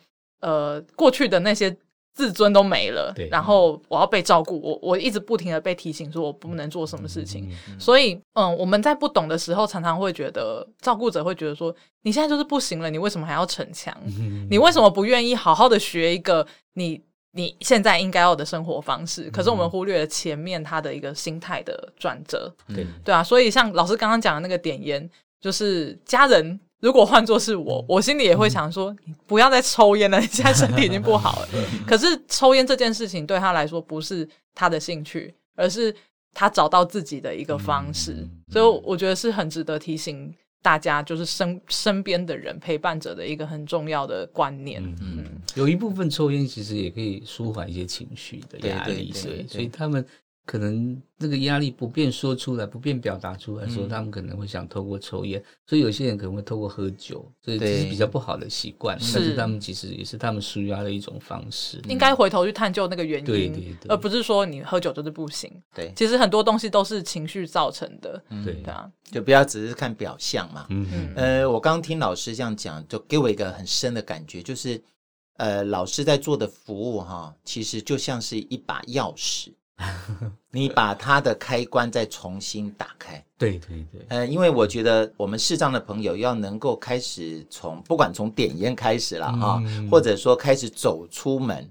B: 呃过去的那些自尊都没了
D: 对，
B: 然后我要被照顾，我我一直不停的被提醒说我不能做什么事情，所以嗯，我们在不懂的时候，常常会觉得照顾者会觉得说，你现在就是不行了，你为什么还要逞强？
D: 嗯
B: 你为什么不愿意好好的学一个你你现在应该有的生活方式？可是我们忽略了前面他的一个心态的转折，
C: 嗯
D: 对
B: 对啊，所以像老师刚刚讲的那个点烟，就是家人。如果换作是
D: 嗯
B: 我，我心里也会想说，你不要再抽烟了，你现在身体已经不 好了。
D: 嗯
B: 可是抽烟这件事情对他来说不是他的兴趣，而是他找到自己的一个方式，
D: 嗯
B: 所以我觉得是很值得提醒大家，就是身身边的人陪伴者的一个很重要的观念。
D: 嗯，有一部分抽烟其实也可以舒缓一些情绪的压力，
C: 对对对
D: 所以
C: 对
D: 所以他们可能那个压力不便说出来，不便表达出来的时候，
C: 嗯
D: 他们可能会想透过抽烟，所以有些人可能会透过喝酒，所以这是
C: 对
D: 比较不好的习惯，
B: 是
D: 但是他们其实也是他们舒压的一种方式。
C: 嗯
B: 应该回头去探究那个原因，
D: 对对对
B: 而不是说你喝酒就是不行。
C: 对
B: 其实很多东西都是情绪造成的，
D: 对
B: 对啊，
C: 就不要只是看表象嘛。
D: 嗯
C: 呃，我刚听老师这样讲，就给我一个很深的感觉，就是呃，老师在做的服务哈，其实就像是一把钥 匙，你把它的开关再重新打开。
D: 对对对，
C: 呃，因为我觉得我们视障的朋友要能够开始从不管从点烟开始了啊，
D: 嗯
C: 或者说开始走出门，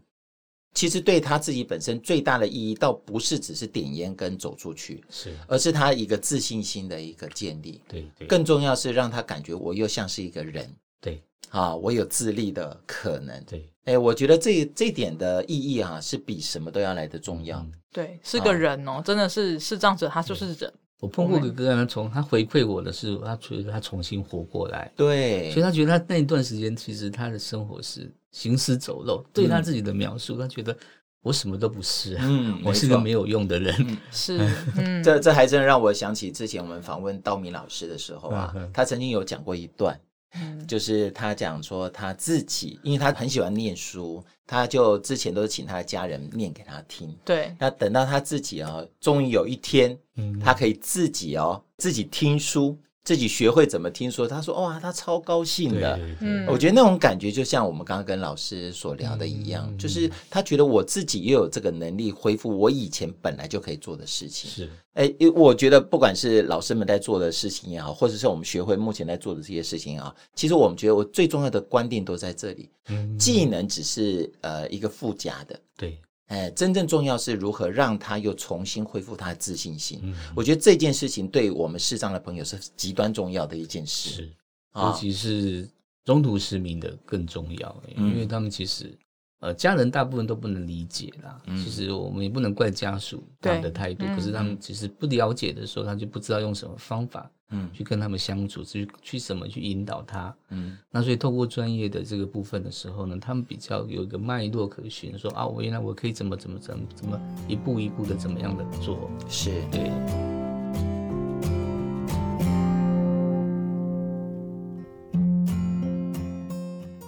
C: 其实对他自己本身最大的意义，倒不是只是点烟跟走出去，
D: 是
C: 而是他一个自信心的一个建立。
D: 对对
C: 更重要是让他感觉我又像是一个人
D: 对
C: 啊，我有自立的可能。
D: 对，
C: 哎，我觉得这这点的意义啊，是比什么都要来的重要。
D: 嗯
B: 对，是个人哦，真的是视障者，他就是人。
D: 我碰过个个案，他从他回馈我的是，他觉得他重新活过来，
C: 对
D: 所以，他觉得他那一段时间其实他的生活是行尸走肉，对他自己的描述，他觉得我什么都不是啊，
C: 嗯
D: 我是个没
C: 有。
D: 有用的人。
B: 是，嗯，
C: 这这还真让我想起之前我们访问道明老师的时候啊
D: 嗯哼，
C: 他曾经有讲过一段，
B: 嗯
C: 就是他讲说他自己，因为他很喜欢念书，他就之前都是请他的家人念给他听。
B: 对，
C: 那等到他自己啊，终于有一天，
D: 嗯
C: 他可以自己哦，自己听书，自己学会怎么听书。他说：“哇，他超高兴
D: 对
C: 的。
D: 对对
B: 嗯，
C: 我觉得那种感觉就像我们刚刚跟老师所聊的一样，
D: 嗯
C: 就是他觉得我自己也有这个能力恢复我以前本来就可以做的事情。
D: 是
C: 哎，因为我觉得不管是老师们在做的事情也好，或者是我们学会目前在做的这些事情啊，其实我们觉得我最重要的观点都在这里，
D: 嗯
C: 技能只是呃一个附加的，
D: 对，
C: 哎，真正重要是如何让他又重新恢复他的自信心。
D: 嗯
C: 我觉得这件事情对我们视障的朋友是极端重要的一件事
D: 是，尤
C: 啊。
D: 其是中途失明的更重要，
C: 嗯
D: 因为他们其实呃家人大部分都不能理解啦。
C: 嗯
D: 其实我们也不能怪家属他们的态度，
B: 对嗯
D: 可是他们其实不了解的时候，他就不知道用什么方法
C: 嗯
D: 去跟他们相处，去去怎么去引导他。
C: 嗯
D: 那所以透过专业的这个部分的时候呢，他们比较有一个脉络可循，说啊，我原来我可以怎么怎么怎么怎么一步一步的怎么样的做，
C: 是。
D: 对。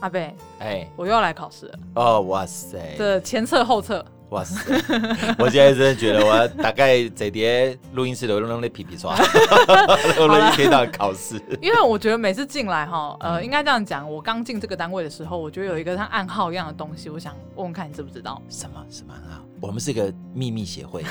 B: 阿贝，
C: 哎
B: 我又要来考试了，
E: 哦，哇塞！
B: 这前侧后侧，
E: 哇塞！ 我现在真的觉得我大概在碟录音室都弄那皮皮 刷，弄了一天到考试。
B: 因为我觉得每次进来哈，呃，应该这样讲，我刚进这个单位的时候，我觉得有一个像暗号一样的东西，我想问问看你知不知 道？
E: 什么什么啊？我们是个秘密协会，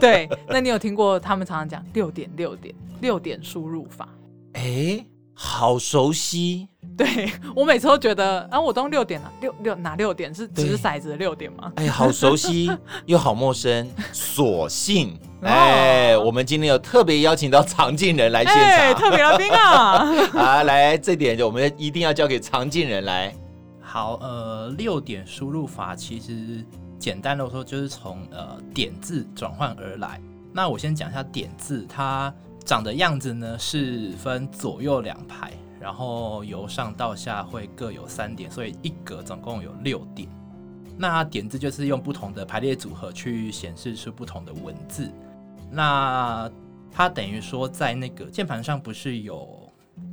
B: 对，那你有听过他们常常讲六点六点六点输入法？
E: 哎，好熟悉。
B: 对我每次都觉得，啊，我都用六点了，六六哪六点是掷骰子的六点吗？
E: 哎，好熟 悉又好陌生，所幸
B: 哦
E: 哎，我们今天有特别邀请到常进人来现
B: 哎、
E: 场
B: 特别来宾啊！
E: 啊，来这点我们一定要交给常进人来。
F: 好，呃，六点输入法其实简单的说就是从呃点字转换而来。那我先讲一下点字，它长的样子呢是分左右两排，然后由上到下会各有三点，所以一格总共有六点。那点字就是用不同的排列组合去显示出不同的文字。那它等于说在那个键盘上不是有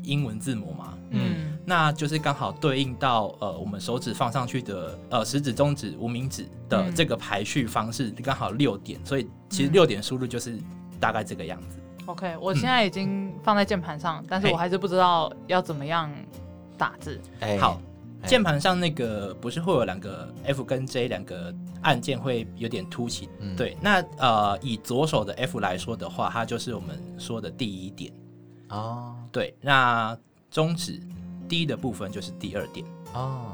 F: 英文字母吗？
B: 嗯，
F: 那就是刚好对应到呃我们手指放上去的呃食指、中指、无名指的
B: 嗯
F: 这个排序方式，刚好六点，所以其实
B: 嗯
F: 六点输入就是大概这个样子。
B: OK，我现在已经放在键盘上，但是我还是不知道要怎么样打 字。
C: 哎
F: 好，
C: 哎
F: 键盘上那个不是会有两个 F 跟 J 两个按键会有点凸起，
C: 嗯
F: 对。那呃以左手的 F 来说的话，它就是我们说的第一点，
C: 哦
F: 对。那中指 D 的部分就是第二点，
C: 哦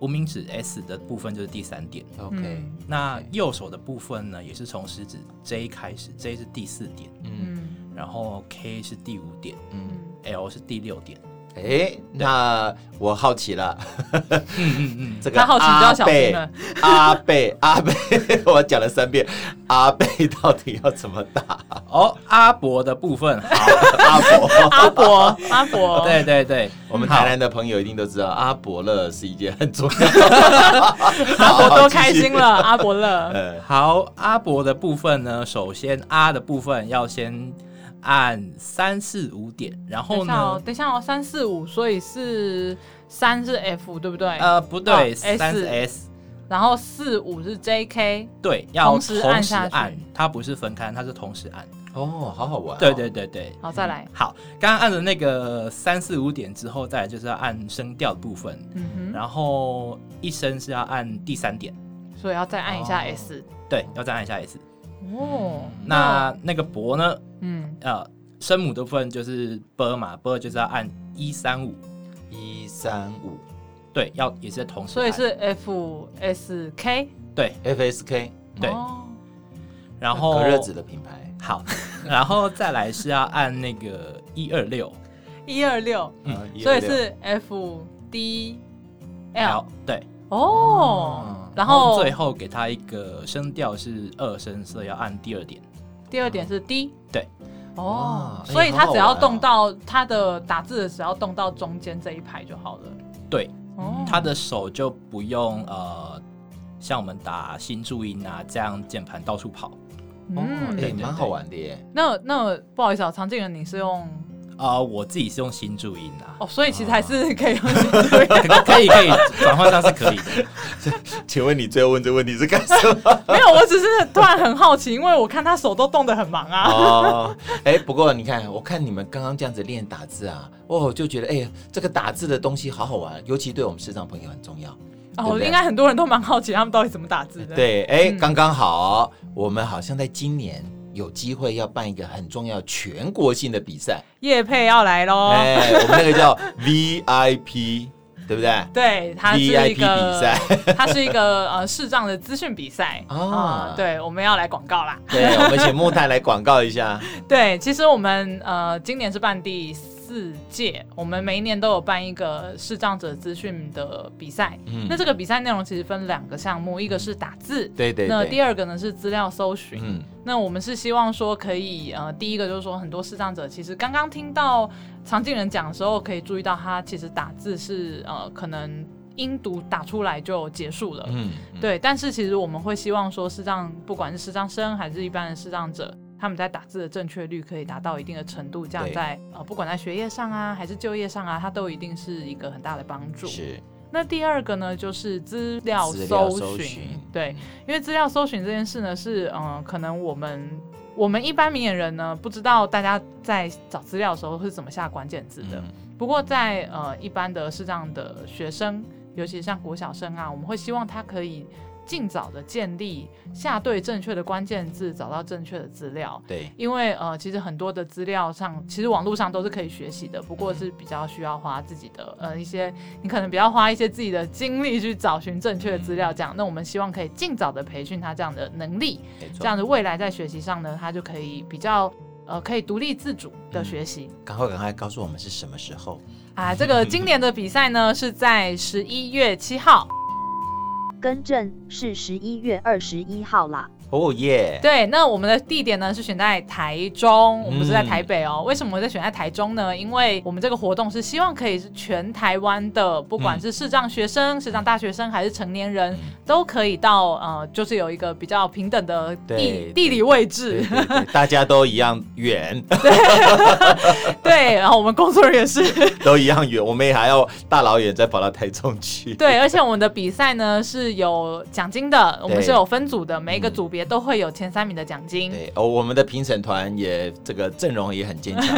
F: 无名指 S 的部分就是第三点。
C: ，OK，
B: 嗯
F: 那右手的部分呢，也是从食指 J 开始，J 是第四点，
C: 嗯
B: 嗯
F: 然后 K 是第五点
C: 嗯，
B: 嗯，
F: ，L 是第六点。
C: 哎，那我好奇了，这
B: 嗯
C: 个
B: 他好奇就要小心了。
C: 阿贝，阿贝， 我讲了三遍，阿贝到底要怎么
B: 嗯
C: 打？
F: 哦，阿伯的部分，好，
B: 阿
C: 阿伯，
B: 伯，阿伯，
F: 对对对，
C: 我们台南的朋友一定都知道，阿伯乐是一件很重要
B: 阿伯多开心了，阿伯 乐。
C: 的。
F: 好，阿伯的部分呢，首先阿的部分要先按三四五点，然
B: 等
F: 后
B: 一下哦
F: 呢，，
B: 等一下哦，三四五，所以是三是 F 对不对？
F: 呃，不对，
B: 哦，S
F: 三是 S，
B: 然后四五是 JK，
F: 对，要
B: 同
F: 同
B: 时
F: 时
B: 按下去
F: 按，它不是分开，它是同时按，
C: 哦，好好玩哦。
F: 对对对对，
B: 好再来，
F: 好，刚刚按了那个三四五点之后，再来就是要按声调的部分，
B: 嗯
F: 然后一声是要按第三点，
B: 哼，所以要再按一下 S。
F: 对，要再按一下 S。
B: 哦，
F: 那那个伯呢？
B: 嗯，
F: 呃，声母的部分就是 b 嘛，b 就是要按一三五，
C: 一三五，
F: 对，要也是在同时
B: 所
F: 按，
B: 以是 F S K，
F: 对
C: FSK
F: 对，
B: 哦
F: 然后
C: 隔热纸的品牌，
F: 好，然后再来是要按那个一二六
B: 一二六，
C: 嗯，126
B: 所以是 F D L
F: 对，
B: 哦，哎然后
F: 最后给他一个声调是二声，所以要按第二点。
B: 第二点是 D，
F: 对，
B: 哦，
C: 哇哎
B: 所以它只要动
C: 好
B: 到它的打字的只要动到中间这一排就好了。
F: 对，
B: 哦，
C: 嗯
F: 他的手就不用呃，像我们打新注音啊这样键盘到处跑。
C: 哦，
B: 嗯，
C: 哎，蛮好玩的耶。
B: 那那不好意思啊，常静人你是用
F: 啊、我自己是用新注音啊，
B: 哦，所以其实还是可以用 新注音
F: 可以可以转换上是可以的。
C: 请问你最后问这问题是干什么？
B: 没有，我只是突然很好奇，因为我看他手都动得很忙啊。
C: 哦，哎，不过你看，我看你们刚刚这样子练打字啊，哦，就觉得哎，这个打字的东西好好玩，尤其对我们视障朋友很重要。对
B: 哦，
C: 不对啊
B: 应该很多人都蛮好奇他们到底怎么打字的。，
C: 对，哎，
B: 嗯
C: 刚刚好，我们好像在今年有机会要办一个很重要全国性的比赛，
B: 叶佩要来喽。
C: 哎，我们那个叫 VIP，对不对？
B: 对，它是一
C: VIP
B: 个
C: 比 赛
B: 它是一个呃视障的资讯比赛
C: 啊
B: 啊、对，我们要来广告啦。
C: 对，我们请木炭来广告 一下。
B: 对，其实我们呃今年是办第四届，我们每一年都有办一个视障者资讯的比赛。
C: 嗯
B: 那这个比赛内容其实分两个项目，一个是打字，
C: 对对
B: 那
C: 对，
B: 第二个呢是资料搜寻。
C: 嗯，
B: 那我们是希望说可以，呃，第一个就是说很多视障者其实刚刚听到常静人讲的时候，可以注意到他其实打字是呃可能音读打出来就结束了，
C: 嗯，
B: 对。但是其实我们会希望说视障，不管是视障生还是一般的视障者。他们在打字的正确率可以达到一定的程度，这样
C: 对
B: 在呃不管在学业上啊，还是就业上啊，它都一定是一个很大的帮助。
C: 是
B: 那第二个呢，就是资料
C: 资
B: 搜
C: 料
B: 寻，
C: 搜寻嗯
B: 对，因为资料搜寻这件事呢，是嗯、呃可能我们我们一般明眼人呢，不知道大家在找资料的时候是怎么下关键字的。
C: 嗯
B: 不过在呃一般的视障的学生，尤其是像国小生啊，我们会希望他可以尽早的建立下对正确的关键字，找到正确的资料。
C: 对，
B: 因为呃，其实很多的资料上，其实网络上都是可以学习的，不过是比较需要花自己的呃一些，你可能比较花一些自己的精力去找寻正确的资料，这样。那我们希望可以尽早的培训他这样的能力，
C: 没
B: 这
C: 错。
B: 样子未来在学习上呢，他就可以比较呃可以独立自主的学习。
C: 赶快赶快告诉我们是什么时候？
B: 啊，这个今年的比赛呢是在十一月七号，
G: 更正是十一月二十一号啦。
C: 哦耶！
B: 对，那我们的地点呢是选在台中，我们不是在
C: 嗯
B: 台北哦。为什么我在选在台中呢？因为我们这个活动是希望可以是全台湾的，不管是视障学生、视障大学生还是成年
C: 嗯
B: 人，都可以到呃，就是有一个比较平等的地
C: 对
B: 地理位置。
C: 对 对对大家都一样远，
B: 对，然后我们工作人员是。
C: 都一样远，我们也还要大老远再跑到台中去。
B: 对，而且我们的比赛呢是有奖金的，我们
C: 对嗯
B: 是有分组的，每一个组别都会有前三名的奖金。
C: 对哦，我们的评审团也这个阵容也很坚强。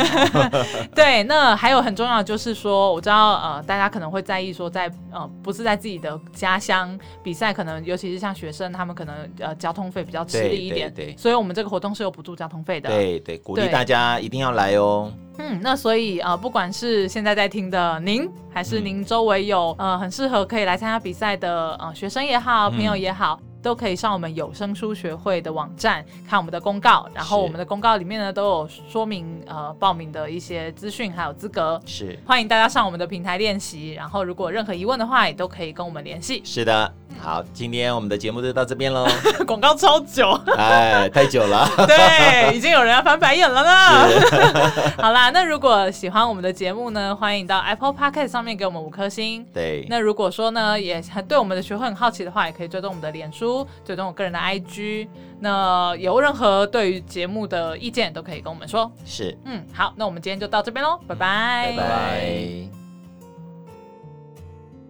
B: 对，那还有很重要的就是说，我知道呃，大家可能会在意说在，呃不是在自己的家乡比赛，可能尤其是像学生，他们可能呃交通费比较吃力一点，
C: 对对对
B: 所以我们这个活动是有补助交通费的。
C: 对对，鼓励
B: 对
C: 大家一定要来哦。
B: 嗯，那所以呃，不管是现在在听的您，还是您
C: 嗯
B: 周围有、呃很适合可以来参加比赛的呃学生也
C: 嗯
B: 好，朋友也好。都可以上我们有声书学会的网站看我们的公告，然后
C: 是
B: 我们的公告里面呢都有说明呃报名的一些资讯还有资格。
C: 是
B: 欢迎大家上我们的平台练习，然后如果有任何疑问的话，也都可以跟我们联系。
C: 是的，好，今天我们的节目就到这边 喽。
B: 广告超久，
C: 哎，太久 了。
B: 对， 已经有人要翻白眼了呢。好啦，那如果喜欢我们的节目呢，欢迎到 Apple Podcast 上面给我们五颗星。
C: 对，
B: 那如果说呢，也对我们的学会很好奇的话，也可以追踪我们的脸书，追踪我个人的 IG。那有任何对于节目的意见，都可以跟我们说。
C: 是，
B: 嗯，好，那我们今天就到这边喽，拜
C: 拜拜。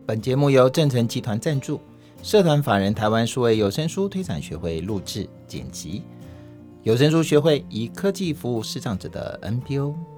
C: 本节目由正成集团赞助，社团法人台湾数位有声书推展学会录制剪辑。有声书学会以科技服务视障者的 NPO